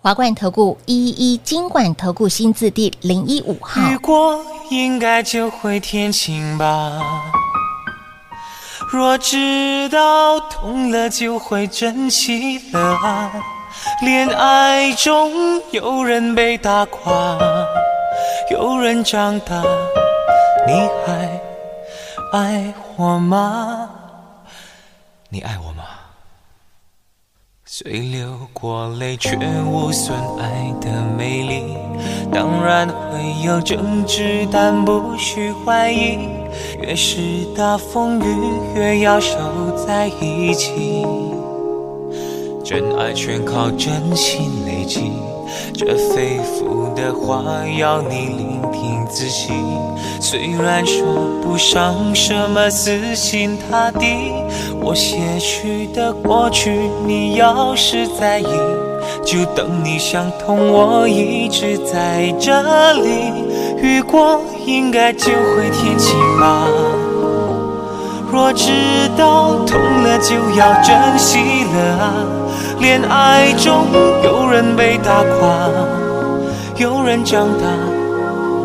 华冠投顾一一金管投顾新字第零一五号。嗯雨过应该就会天晴吧。若知道痛了就会珍惜了啊，恋爱中有人被打垮，有人长大，你还爱我吗？你爱我吗？虽流过泪，却无损爱的美丽。当然会有争执，但不需怀疑。越是大风雨，越要守在一起。真爱全靠真心累积，这肺腑的话要你聆听仔细。虽然说不上什么死心塌地，我些许的过去，你要是在意，就等你想通，我一直在这里。雨过应该就会天晴吧。若知道痛了就要珍惜了啊！恋爱中有人被打垮，有人长大，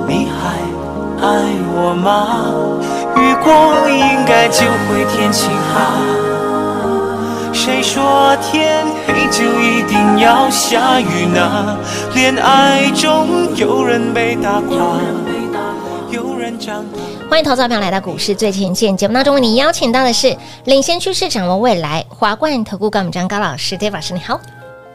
你还爱我吗？雨过应该就会天晴吧？谁说天黑就一定要下雨呢？恋爱中有人被打垮，有人长大。欢迎投资者朋友来到股市最前线节目当中，为您邀请到的是领先趋势、掌握未来华冠投顾高敏章高老师，David 老师你好。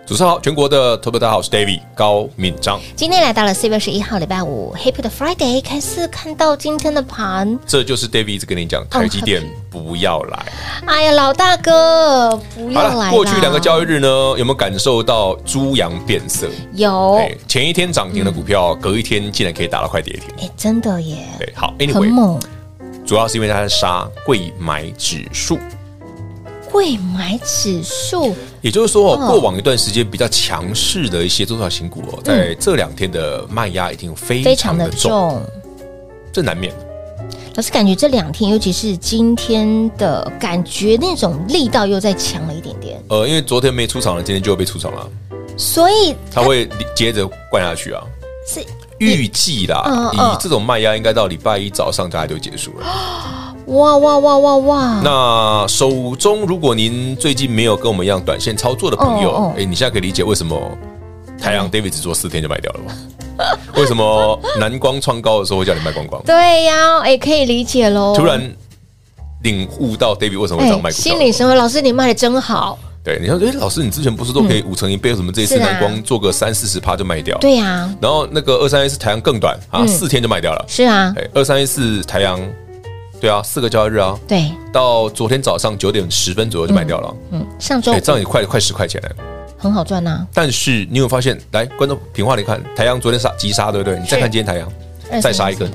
主持人好，全国的投票大家好，我是 David 高敏章。今天来到了四月十一号礼拜五，Happy 的 Friday，开始看到今天的盘，这就是 David 一直跟你讲，台积电不要来。哎呀，老大哥哦不要来啦过去两个交易日呢，有没有感受到猪羊变色？有，哎，前一天涨停的股票，嗯隔一天竟然可以打到快跌停。哎，真的耶，对，好很，Anyway，猛，主要是因为它在杀贵买指数，贵买指数也就是说，哦嗯过往一段时间比较强势的一些中小型股哦，在这两天的卖压一定非非常常的的重，重。这难免。老师感觉这两天，尤其是今天的感觉，那种力道又再强了一点点，呃，因为昨天没出场了，今天就会被出场了，所以它会接着灌下去啊。是预计啦，嗯嗯以这种卖压，应该到礼拜一早上大概就结束了。哇哇哇哇哇，那手中如果您最近没有跟我们一样短线操作的朋哦友哦，哎，你现在可以理解为什么太嗯阳 David 只做四天就卖掉了吗？ 为什么蓝光创高的时候会叫你卖光光？对呀、哎、可以理解喽。突然领悟到 David 为什么会这样卖股票哎心领了？神会，老师你卖的真好。对，你说，哎，老师，你之前不是都可以五成一倍？为什么这一嗯次是啊蓝光做个三四十趴就卖掉？对呀，然后那个二三一四太阳更短啊，嗯四天就卖掉了。是啊，哎，二三一四太阳，对啊，四个交易日啊，对，到昨天早上九点十分左右就卖掉了，嗯，上周哎、这样也快快十块钱了。很好赚啊呐，但是你有没有发现，来观众平话你看，台阳昨天杀急杀，对不对？你再看今天台阳，再杀一根，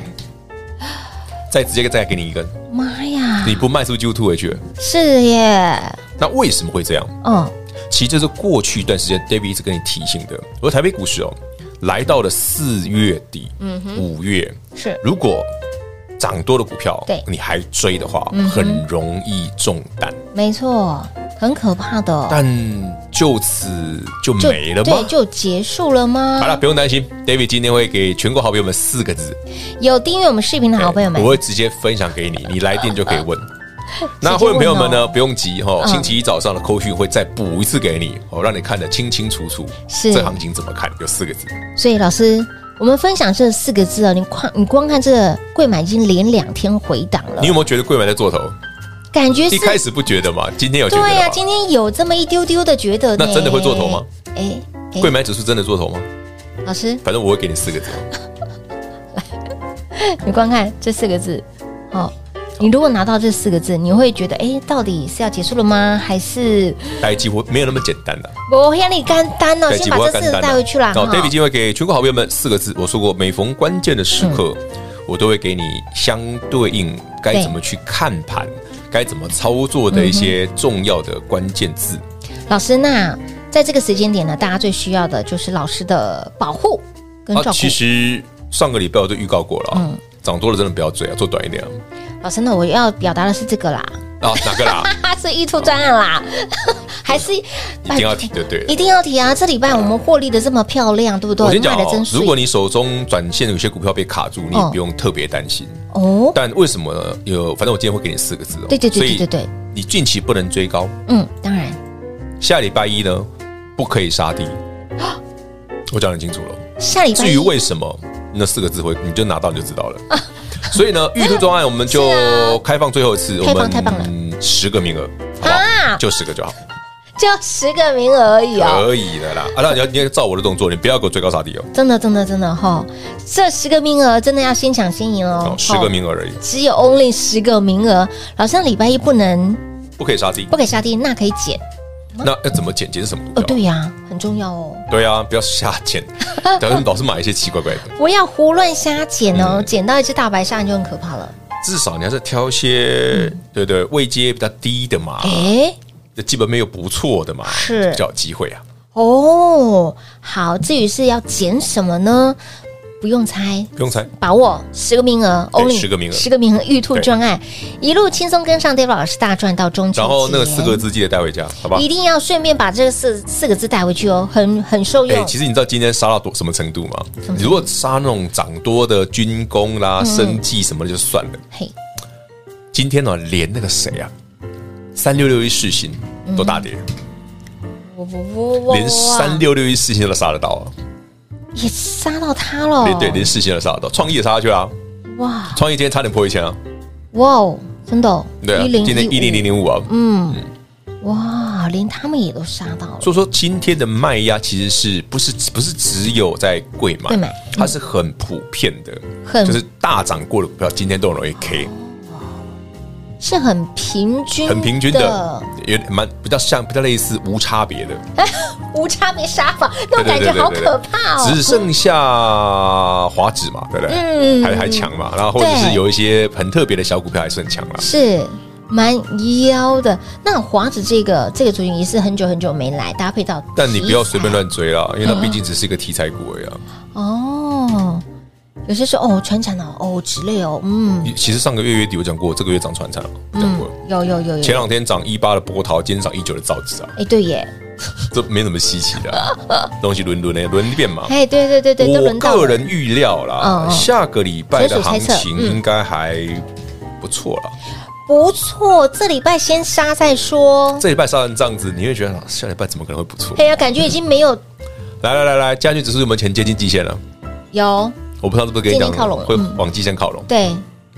再直接再给你一根，妈呀，你不卖是不是几乎吐回去了？是耶，那为什么会这样？哦，其其实这是过去一段时间 David 一直跟你提醒的。而台北股市哦，来到了四月底，嗯五月是如果涨多的股票对，嗯你还追的话，很容易中弹。没错，很可怕的，但就此就就没了吗？对，就结束了好吗？了，不用担心，David 今天会给全国好朋友们四个字，有订阅我们视频的好朋友们哎我，会直接分享给你，你来电就可以问。那会员朋友们呢，不用急哈，嗯星期一早上的扣讯会再补一次给你哦，让你看得清清楚楚，是这行情怎么看，有四个字。所以老师，我们分享这四个字哦，你光你光看这贵买已经连两天回档了你，有没有觉得贵买在做头？感觉是一开始不觉得嘛，今天有觉得对呀，了今吗？天有这么一丢丢的觉得呢，那真的会做头吗？哎哎贵，买指数真的做头吗？老师，反正我会给你四个字，你光看这四个字，哦，你如果拿到这四个字，你会觉得，哎，到底是要结束了吗？还是待机会没有那么简单的。我压力干单哎呢？啊先把这四个字带回去啦。好哈嗯，David 今天会给全国好朋友们四个字，我说过，每逢关键的时刻，我都会给你相对应该怎么去看盘，该怎么操作的一些重要的关键字。老师，那在这个时间点呢，大家最需要的就是老师的保护跟照顾。啊哦其实上个礼拜我就预告过了、啊，嗯涨多了真的不要追啊，做短一点啊。老师，那我要表达的是这个啦， 啊，哪个啦？啊，是溢出专案啦， 还是哎一定要提就对了一定要提啊！这礼拜我们获利的这么漂亮，对不对？我先讲卖的哦真，如果水你手中短线有些股票被卡住，你也哦不用特别担心。哦，但为什么呢有？反正我今天会给你四个字哦。对对对所以对对对你近期不能追高，嗯，当然下礼拜一呢不可以杀低。我讲得很清楚了。下啊礼拜至于一为什么，那四个字会你就拿到你就知道了。 所以呢，预录专案我们就是啊开放最后一次，开放我们太棒了十个名额，好不啊好？就十个就好，就十个名额而已哦，可以的啦。啊，那你要你要照我的动作，你不要给我追高杀低哦。真的真的真的哈，这十个名额真的要先抢先赢哦哦，，十个吼名额而已，只有 only 十个名额，老师那礼拜一不能不可以杀低不。给下地，那可以减那要怎么减？减是什么股哦，票？对呀、很重要哦。对啊，不要瞎 减，等下老是买一些奇怪怪的。不要胡乱瞎捡哦，嗯捡到一只大白鲨你就很可怕了。至少你还是挑一些、嗯对对位阶比较低的嘛，哎、基本面又不错的嘛，是比较有机会啊，哦，好，至于是要捡什么呢？不用猜，不用猜。把握十个名额对，only 哎10个名额十个名额，玉兔对专案，一路轻松跟上 David 老师大赚到中秋节。然后那个四个字记得带回家，好吧一？定要顺便把这四四个字带回去哦，很很受哎、用。其实你知道今天杀到多什么程度吗？么程度嗯你如果杀那种涨多的军工啦、生技什么的就算了，嘿，今天呢、连那个谁啊，三六六一世新嗯都大跌，我我我我连三六六一世新都杀得到也杀到他啊，了，连对连世新都杀得到，创意也杀下去啊，哇创意今天差点破一千啊，哇哦，真的、哦，对啊， 1015今天一零零零五啊，哇，连他们也都杀到了，所以说今天的卖压其实是不是不是只有在贵买，贵买它是很普遍的，很就是大涨过的股票今天都很容易 K，是很平均，很平均的，有点蛮比较像比较类似无差别的，无差别杀法，那种感觉好可怕哦。只剩下华指嘛，对不对？嗯还还强嘛，然后或者是对有一些很特别的小股票还是很强啦。是蛮妖的。那华子这个这个族群也是很久很久没来，搭配到，但你不要随便乱嗯追啦，因为它毕竟只是一个题材股而已啊。哦。有些时候哦，船产哦，哦之类哦，嗯，你其实上个月月底我讲过，这个月涨船产了，我讲过了。有有有有，嗯前两天涨一八的波涛，今天涨一九的造纸啊。哎对耶，这没什么稀奇的 啊、东西轮轮的轮变嘛。哎对对对对，都啊我轮到个了人预料啦，嗯嗯下个礼拜的行纯属猜情测嗯应该还不错啦。不错，这礼拜先杀再说，这礼拜杀成这样子，你会觉得啊下礼拜怎么可能会不错？哎呀，感觉已经没有来来来来，家具指数有没有前接近极限了？有我不知道是不是跟你讲接近靠拢了会嗯往极限靠拢，对，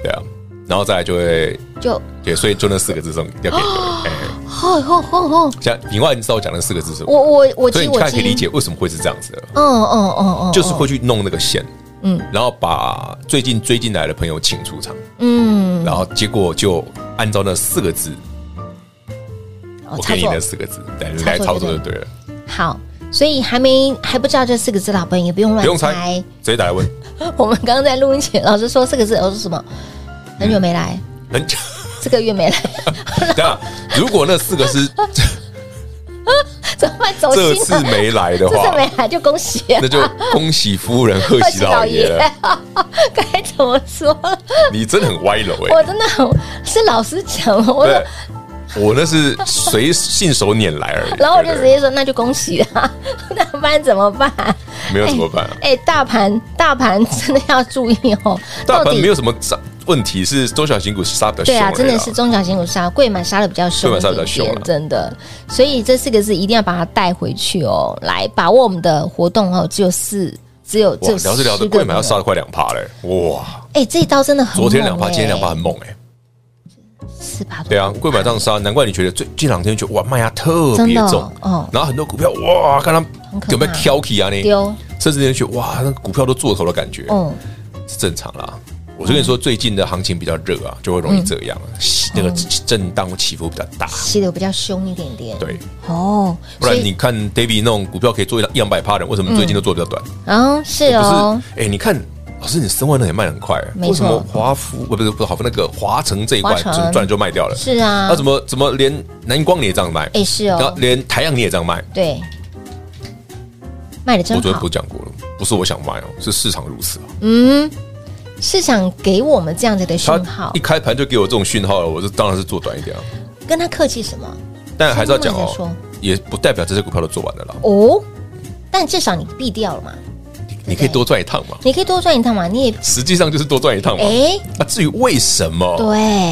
对啊，然后再来就会就对，所以就那四个字送要给你了。哎，吼吼吼吼，像你外你知道我讲那四个字是什么，我我我所以记你我大概可记以，理解为什么会是这样子的，嗯嗯嗯嗯，就是嗯会去弄那个线，嗯嗯，然后把最近追进来的朋友请出场。嗯，然后结果就按照那四个字，哦我差不给你多那四个字来错来操作对就不对了，好，所以还没还不知道这四个字，老朋友也不用不乱用猜，直接打来问。 我们刚刚在录音前，老师说四个字，我说什么？很久没来，很，这个月没 来，等一下如果那四 个是怎么办？走这心次了，没来的这次话，没来就恭喜啊，那就恭喜夫人，贺 喜老爷了。该怎么说了？ 你真的很歪楼哎、我真的很是老师讲 了，我对，我那是随信手拈来而已。然后我就对直不对接说那就恭喜啊， 那不然怎么办？没有怎么办啊？哎、大盘大盘真的要注意哦，大到盘底没有什么问题，是中小型股杀比较凶哎对而啊，已真的是中小型股杀，贵买杀的比较凶一贵点点，买杀得比较凶啊真的。所以这四个字一定要把它带回去哦，来把握我们的活动哦，只有四，只有哇这，聊着聊着，贵买要杀了快两趴嘞！哇，哎、这一刀真的很猛、欸昨天两趴，今天两趴，很猛哎、四趴多，对啊，贵买这样杀，难怪你觉得最近两天觉得哇卖压特别真的重哦，哦然后很多股票哇，看很可它怕有没有挑起啊呢，丢，甚至连觉得哇，那股票都做头的感觉，嗯，是正常啦。我就跟你说，最近的行情比较热啊，就会容易这嗯样，那个震荡起伏比较大。吸的比较凶一点点，对，哦，不然你看 David 那种股票可以做一两百趴的，为什么最近都做得比较短？嗯啊、哦、是不哦，是，哎，你看老师，你升万能也卖得很快，没错为什么华孚不不是不是好那个华城这一块华城怎么赚就卖掉了？是啊，那怎么怎么连南光你也这样卖？哎是然后哦，连台阳你也这样卖？对，卖的真我昨天好不，讲过了，不是我想卖哦，是市场如此啊。嗯，市场给我们这样子的他讯号一，开盘就给我这种讯号了，我就当然是做短一点啊。跟他客气什么？但还是要讲先慢哦慢地，也不代表这些股票都做完了啦，哦，但至少你避掉了嘛，你可以多赚一趟嘛。你可以多赚一趟嘛，你也实际上就是多赚一趟嘛。哎，那至于为什么？哦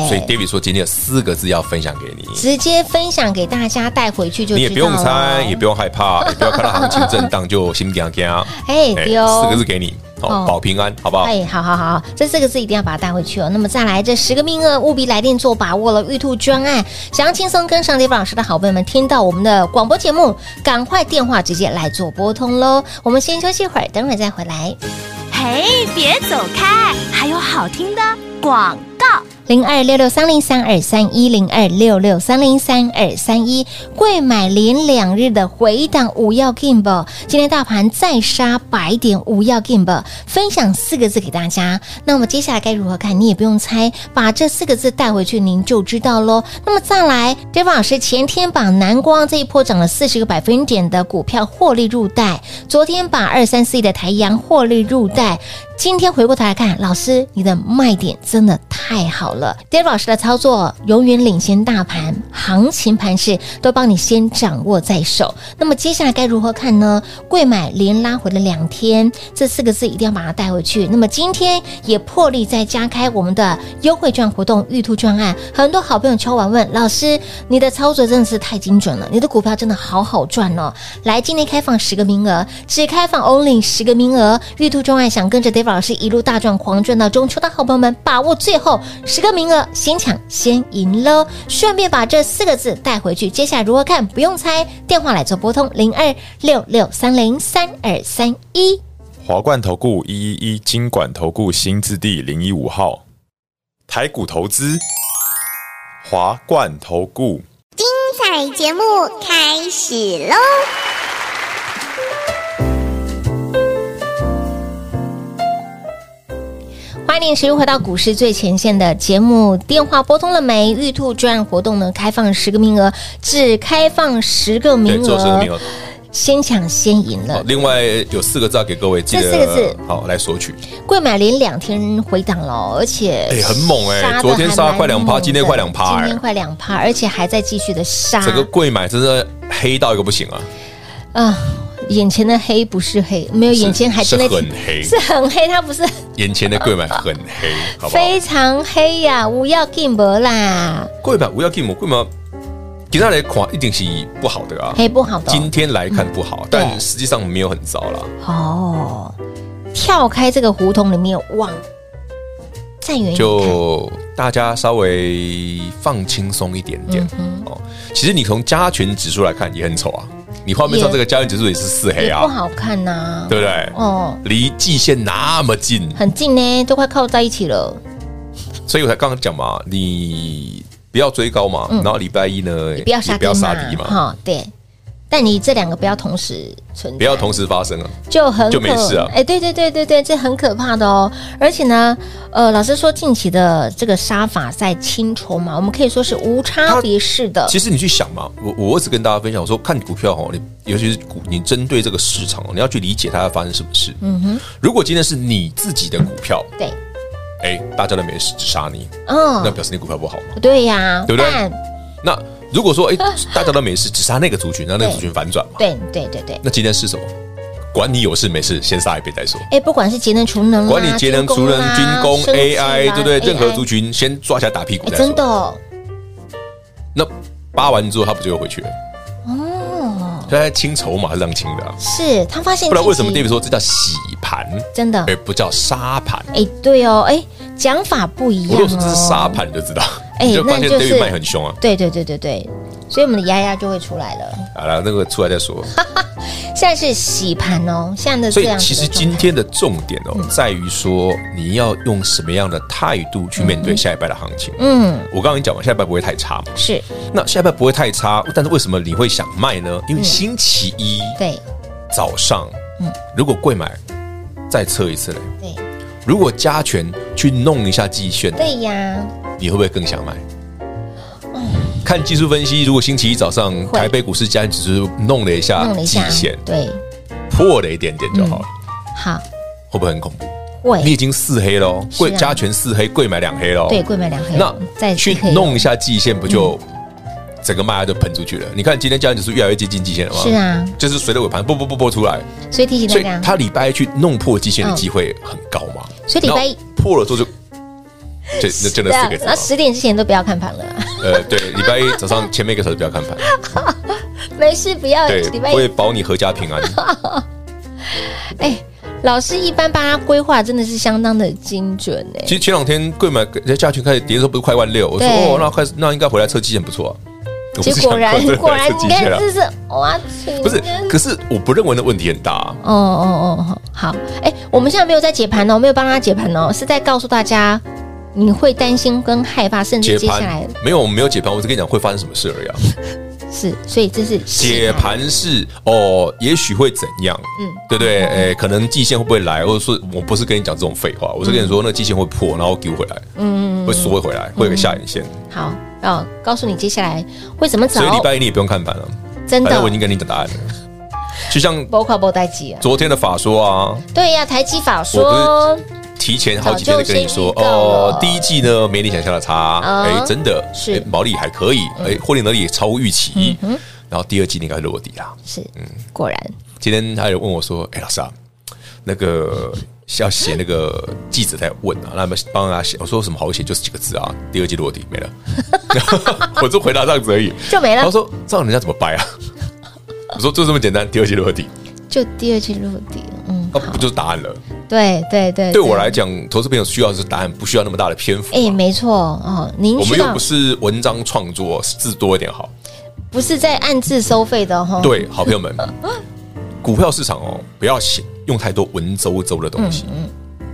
所以对， David 说今天有四个字要分享给你。直接分享给大家带回去就你也知不道用了猜，。也不用害怕，也不要看到行情震荡就心惊惊。 哎，哎对哦，四个字给你，哦好保平安，好不好？哎，好好好，这四个字一定要把它带回去哦。那么再来这十个名额，务必来电做把握了。玉兔专案，想要轻松跟上 David 老师的好朋友们，听到我们的广播节目，赶快电话直接来做拨通喽。我们先休息一会儿，等会儿再回来。嘿，别走开，还有好听的广告。零二六六三零三二三一零二六六三零三二三一，贵买连两日的回档五要 gamble，今天大盘再杀百点五要 gamble，分享四个字给大家。那我们接下来该如何看？你也不用猜，把这四个字带回去，您就知道喽。那么再来，对方老师前天把南光这一波涨了四十个百分点的股票获利入袋，昨天把二三四一的台阳获利入袋，今天回过头来看，老师你的卖点真的太好了。David 老师的操作永远领先大盘，行情盘势都帮你先掌握在手。那么接下来该如何看呢？贵买连拉回了两天，这四个字一定要把它带回去。那么今天也破例再加开我们的优惠券活动，玉兔专案，很多好朋友敲完问老师，你的操作真的是太精准了，你的股票真的好好赚哦。来，今天开放十个名额，只开放 only 十个名额。玉兔中爱想跟着 David 老师一路大赚狂赚到中秋的好朋友们，把握最后十个名额，先抢先赢喽！顺便把这四个字带回去，接下来如何看不用猜，电话来做拨通零二六六三零三二三一。华冠投顾一一一金管投顾新字第零一五号，台股投资，华冠投顾。彩节目开始喽！欢迎持续回到股市最前线的节目，电话拨通了没？玉兔专案活动呢，开放十个名额，只开放十个对，名只有四个名额，额。先抢先赢好了，。另外有四个字要给各位，记这四个字啊得好来索取。贵买连两天回档了，哦而且哎很猛哎杀得昨天杀还蛮快两趴猛的今天快两趴哎今天快两趴，而且还在继续的杀。整个贵买真的黑到一个不行啊，啊，眼前的黑不是黑，没有是眼前还真的是很黑 是很黑，它不是眼前的贵买很黑，好不好？非常黑呀、不要 g a 啦，贵买不要 game，贵买给他来看一定是不好的啊。黑不好的哦今天来看不嗯好，但实际上没有很糟啦。哦。跳开这个胡同里面往再远一点就大家稍微放轻松一点点、嗯哦。其实你从加权指数来看也很丑啊，你画面上也这个加权指数也是四看黑也不啊，好看呐、对不对？哦，离季线那么近，很近呢，都快靠在一起了。所以我才刚刚讲嘛，你不要追高嘛，然后礼拜一呢，嗯不要杀也不要低杀嘛，低嘛，哈，对。但你这两个不要同时存在，不要同时发生啊。就很可就没事啊哎，对对对对对，这很可怕的哦。而且呢，呃，老师说近期的这个杀法在清筹嘛，我们可以说是无差别式的。其实你去想嘛，我我一直跟大家分享，我说看股票哦，你尤其是股，你针对这个市场哦，你要去理解它会发生什么事。嗯哼，如果今天是你自己的股票，对，哎，大家都没事只杀你，那嗯，表示你股票不好嘛。对呀，对不对但那如果 说哎、大家都没事，只杀那个族群，让那个对族群反转嘛。对对对对，那今天是什么？管你有事没事，先杀一遍再说。哎，不管是节能储能啦，管你节能、工熟人、啦军工、生技啦 AI，对不对？任何 AI 族群先抓起来打屁股哎，再说。真的哦，那扒完之后，他不就又回去了？哦，哎他在清筹码是这样清的啊、是他发现不然为什近么期 David 说这叫洗盘，真的？而不叫杀盘？哎，对哦，哎，讲法不一我样哦如果说这是杀盘，你就知道，哎 你就发现那就是 David 卖很凶啊。对对对对对，所以我们的牙牙就会出来了。好了，那个出来再说。现在是洗盘哦，现在的所这以样子其的实状态嗯今天的重点哦，在于说你要用什么样的态度去面对下一拜的行情。嗯我刚刚已经讲完，下一拜不会太差嘛。是那下一拜不会太差，但是为什么你会想卖呢？因嗯为星期一对嗯早上，如果贵买再测一次嘞，对如果加权去弄一下季线，对呀，你会不会更想买？看技术分析，如果星期一早上嗯会台北股市加权指数弄了一下弄了一季下嗯线，，对，破了一点点就好了，好，会不会很恐怖？你会已经四黑了哦，是啊贵加权四黑，贵买两黑了哦。对贵买两黑，那再去可以弄一下季线，不就整个卖压就喷出去了？你看今天加权指数越来越接近季线了吗？嗯是，啊，就是随着尾盘啵啵啵啵出来，所以提醒所以大家，它礼拜一去弄破季线的机会很高嘛。所哦以礼拜一啊然后破了之后就， 这那真的四个字然后吗。十点之前都不要看盘了，呃，对，礼拜一早上前面一个小时不 要看盘，没事，不要对，礼拜我一也，保你阖家平安。 哎，老师一般帮他规划真的是相当的精准哎其，实前两天贵买在加权开始跌的时候，不是快万六？我说对哦，那快那应该回来测季线不错啊。我不结是果然想过果然回来测你季线看啊这是哇，不是请人，可是我不认为那问题很大、啊。哦哦哦，好，好哎、我们现在没有在解盘哦，没有帮他解盘哦，是在告诉大家你会担心跟害怕，甚至解接下来盘没有，我们没有解盘，我只跟你讲会发生什么事而已、啊。 是，所以这是解盘是哦，也许会怎样，嗯嗯，对不对？诶，可能季线会不会来，或者说我不是跟你讲这种废话，我是跟你说那季线会破，然后丢回来，嗯，会缩回来，会有个下影线。好，哦，告诉你接下来会怎么走所以，礼拜一你也不用看盘了，啊真反正我已经的，哦跟你讲答案了。就像包括包待机啊，昨天的法说啊，对呀、台积法我说提前好几天就跟你说早就先预告了哦，第一季呢没你想象的差，啊哎，真的是嗯哎毛利还可以，哎，获利能力也超乎预期。然后第二季应该落地啦。是，果然今天他有问我说：“哎，老师啊，那个要写那个记者在问啊，那么帮他写。”我说：“有什么好写？就是几个字啊，第二季落地 没了。”我就回答这样子而已。就没他了，说：“这样人家怎么掰啊？”我说：“就这么简单，第二季落地，就第二季落地，嗯，那不就是答案了？对对对，对我来讲，投资朋友需要的是答案，不需要那么大的篇幅。啊哎、没错哦，您我知们又道不是文章创作，字多一点好。不是在暗自收费的哦，，对，好朋友 们，股票市场哦，不要写用太多文绉绉的东西，嗯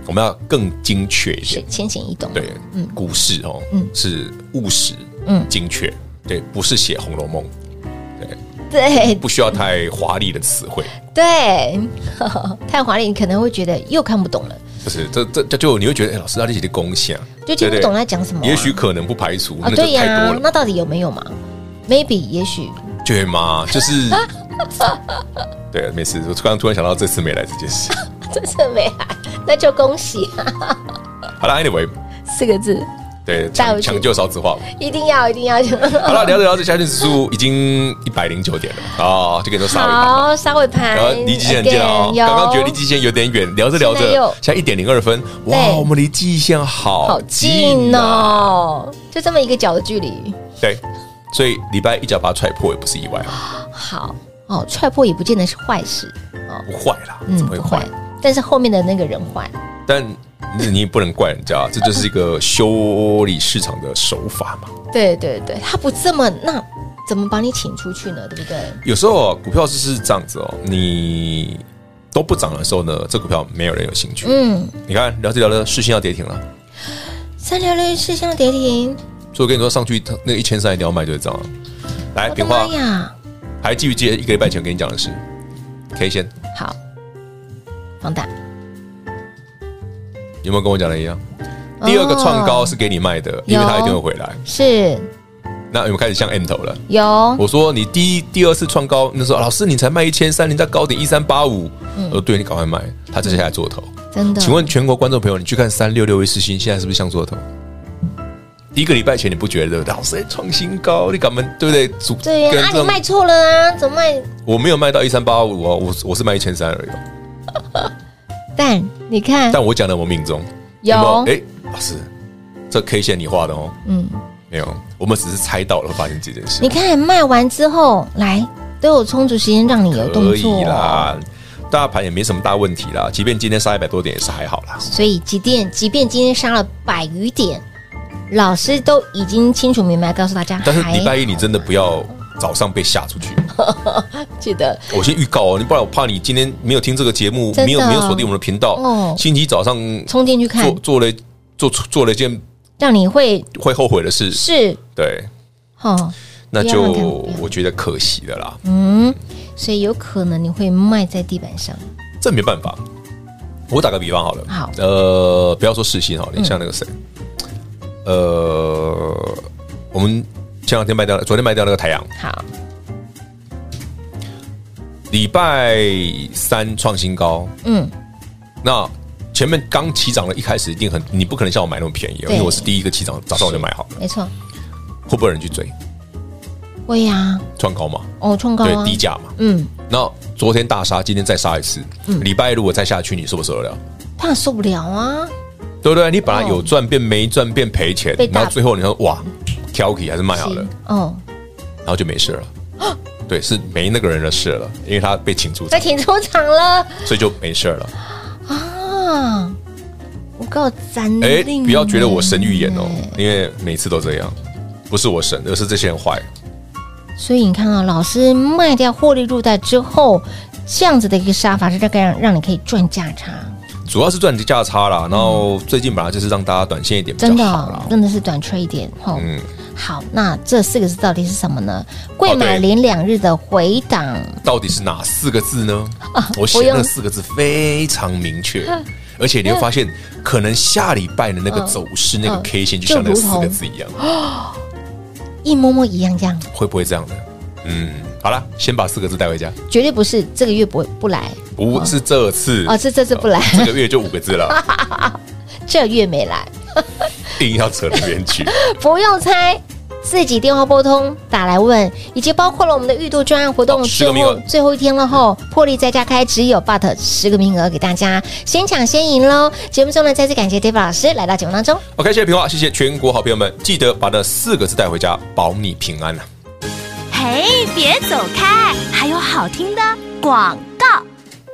我们要更精确一是点。浅显易懂，对，股市哦，是务实，嗯精确，对，不是写《红楼梦》，对不需要太华丽的词汇，对， 太华丽，你可能会觉得又看不懂了，就是这这这就你会觉得，哎，老师他这些的贡献啊，嗯就听不对懂在讲什么啊、也许可能不排除，啊，那就对太呀、多了，那到底有没有嘛？Maybe，也许 对吗？就是，对，没事，我刚刚突然想到这次没来这 件事。这次没来，那就恭喜、啊、好了，anyway，四个字，对，带回去抢抢救少子化嘛。一定要，一定 要。好 了，聊着聊着，加权指数已经一百零九点了啊，就跟你说稍微吧。好，稍微盘然后，离极限很近了哦， Again，有刚刚觉得离极限有点远，聊着聊着现在又，现在一点零二分，哇，对我们离极限好好近近啊！哦，就这么一个角的距离。对，所以礼拜一脚把它踹破也不是意外，啊好哦，踹破也不见得是坏事，不坏啦，怎么会嗯不坏？但是后面的那个人坏，但你你也不能怪人家，啊这就是一个修理市场的手法嘛。对对对，他不这么，那怎么把你请出去呢？对不对？有时候啊股票是是这样子哦，你都不涨的时候呢，这股票没有人有兴趣。嗯，你看聊着聊着，事情要跌停了。三六六四像跌停，所以我跟你说，上去那一千三一定要卖，就是这样啊。来，我的平妈花呀！还记不记得一个礼拜前跟你讲的事？K 线好，放大。有没有跟我讲的一样？第二个创高是给你卖的，因为它一定会回来。是那我们开始向 M 头了。有我说你第一、第二次创高，那时候老师你才卖一千三，你在高点一三八五，我说对你赶快卖，它接下来做头。真的？请问全国观众朋友，你去看三六六一四星，现在是不是像做头？一个礼拜前你不觉得老师创新高，你敢问对不对？主对呀、跟啊，这你种卖错了啊，怎么卖？我没有卖到一三八五哦，我我是卖一千三而已哦。但你看但我讲的我命中嗯有没有？哎，老师，这 K 线你画的哦？嗯，没有，我们只是猜到了发现这件事你。看卖完之后，来都有充足时间让你有动可以作，啦，大盘也没什么大问题啦，即便今天杀一百多点也是还好啦。所以即便即便今天杀了百余点，老师都已经清楚明白告诉大家，但是还礼拜一你真的不要早上被吓出去，记得我先预告哦，你不然我怕你今天没有听这个节目，真的没有没有锁定我们的频哦道，星期一早上冲进去看做，做了做做了一件让你会会后悔的事，是对，哦，那不就要乱看不要我觉得可惜了啦。嗯，所以有可能你会卖在地板上，这没办法，我打个比方好了，好嗯呃，不要说世新好了，你像那个谁，呃，我们前两天卖掉，昨天卖掉那个太阳，好，礼拜三创新高，嗯，那前面刚起涨的，一开始一定很，你不可能像我买那么便宜，啊因对为我是第一个起涨，早上我就买好了，没错，会不会有人去追会呀，创高嘛？哦，冲高对，啊低，价嘛。嗯，那昨天大杀，今天再杀一次，礼拜一如果再下去，你受不受得了？怕受不了啊，对不对？你本来有哦赚变没赚变赔钱被，大然后最后你说哇，挑剔还是卖哎好了是，，哦，然后就没事了。 对，是没那个人的事了，因为他被请出再场，请出场了所以就没事了。啊，我够斩哎，令，不要觉得我神预言哦，因为每次都这样，不是我神，而是这些人坏。所以你看啊，老师卖掉获利入袋之后，这样子的一个杀法是大概让让你可以赚价差，主要是赚价差啦，然后最近本来就是让大家短线一点比真较的好哦啦。真的是短缺一点吼。嗯，好，那这四个字到底是什么呢？贵哦买对连两日的回档，到底是哪四个字呢？我写不啊用嗯那四个字非常 明确，而且你会发现，可能下礼拜的那个走势、那个嗯 K 线就像就那如四同个字一样，一摸摸一样这样，会不会这样呢？嗯，好啦，先把四个字带回家，绝对不是这个月不不来，不是这次哦是这次不来这个月就五个字了， 这月没来，硬要扯那边去。不用猜。自己电话拨通打来问，以及包括了我们的预度专案活动好哦十最个后、名额最后一天了后，破例再加开只有 but 十个名额给大家，先抢先赢喽！节目中呢，再次感谢 David 老师来到节目当中。 OK，谢谢平话，谢谢全国好朋友们，记得把那四个字带回家，保你平安啊！嘿，别走开，还有好听的广告。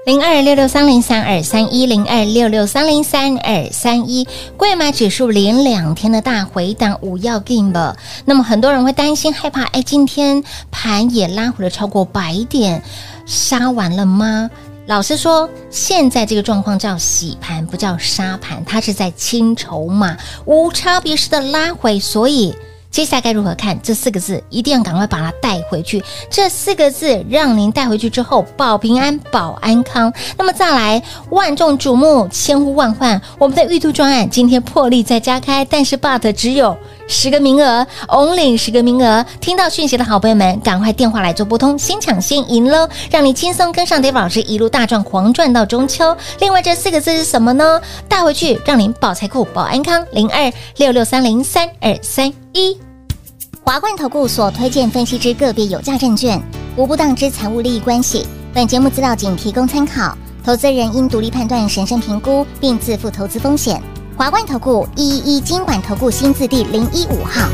零二六六三零三二三一零二六六三零三二三一，贵买指数连两天的大回档，五要 game 了。那么很多人会担心害怕，哎，今天盘也拉回了超过百点，杀完了吗？老实说，现在这个状况叫洗盘，不叫杀盘，它是在清筹码，无差别式的拉回，所以。接下来该如何看这四个字？一定要赶快把它带回去。这四个字让您带回去之后，保平安、保安康。那么再来，万众瞩目、千呼万唤，我们的预度专案今天破例再加开，但是 but 只有十个名额，only 哦十个名额。听到讯息的好朋友们，赶快电话来做拨通，先抢先赢喽，让你轻松跟上 Dave 老师一路大赚狂赚到中秋。另外这四个字是什么呢？带回去让您保财库、保安康。零二六六三零三二三一。华冠投顾所推荐分析之个别有价证券，无不当之财务利益关系。本节目资料仅提供参考，投资人应独立判断、审慎评估，并自负投资风险。华冠投顾一一一金管投顾新字第零一五号。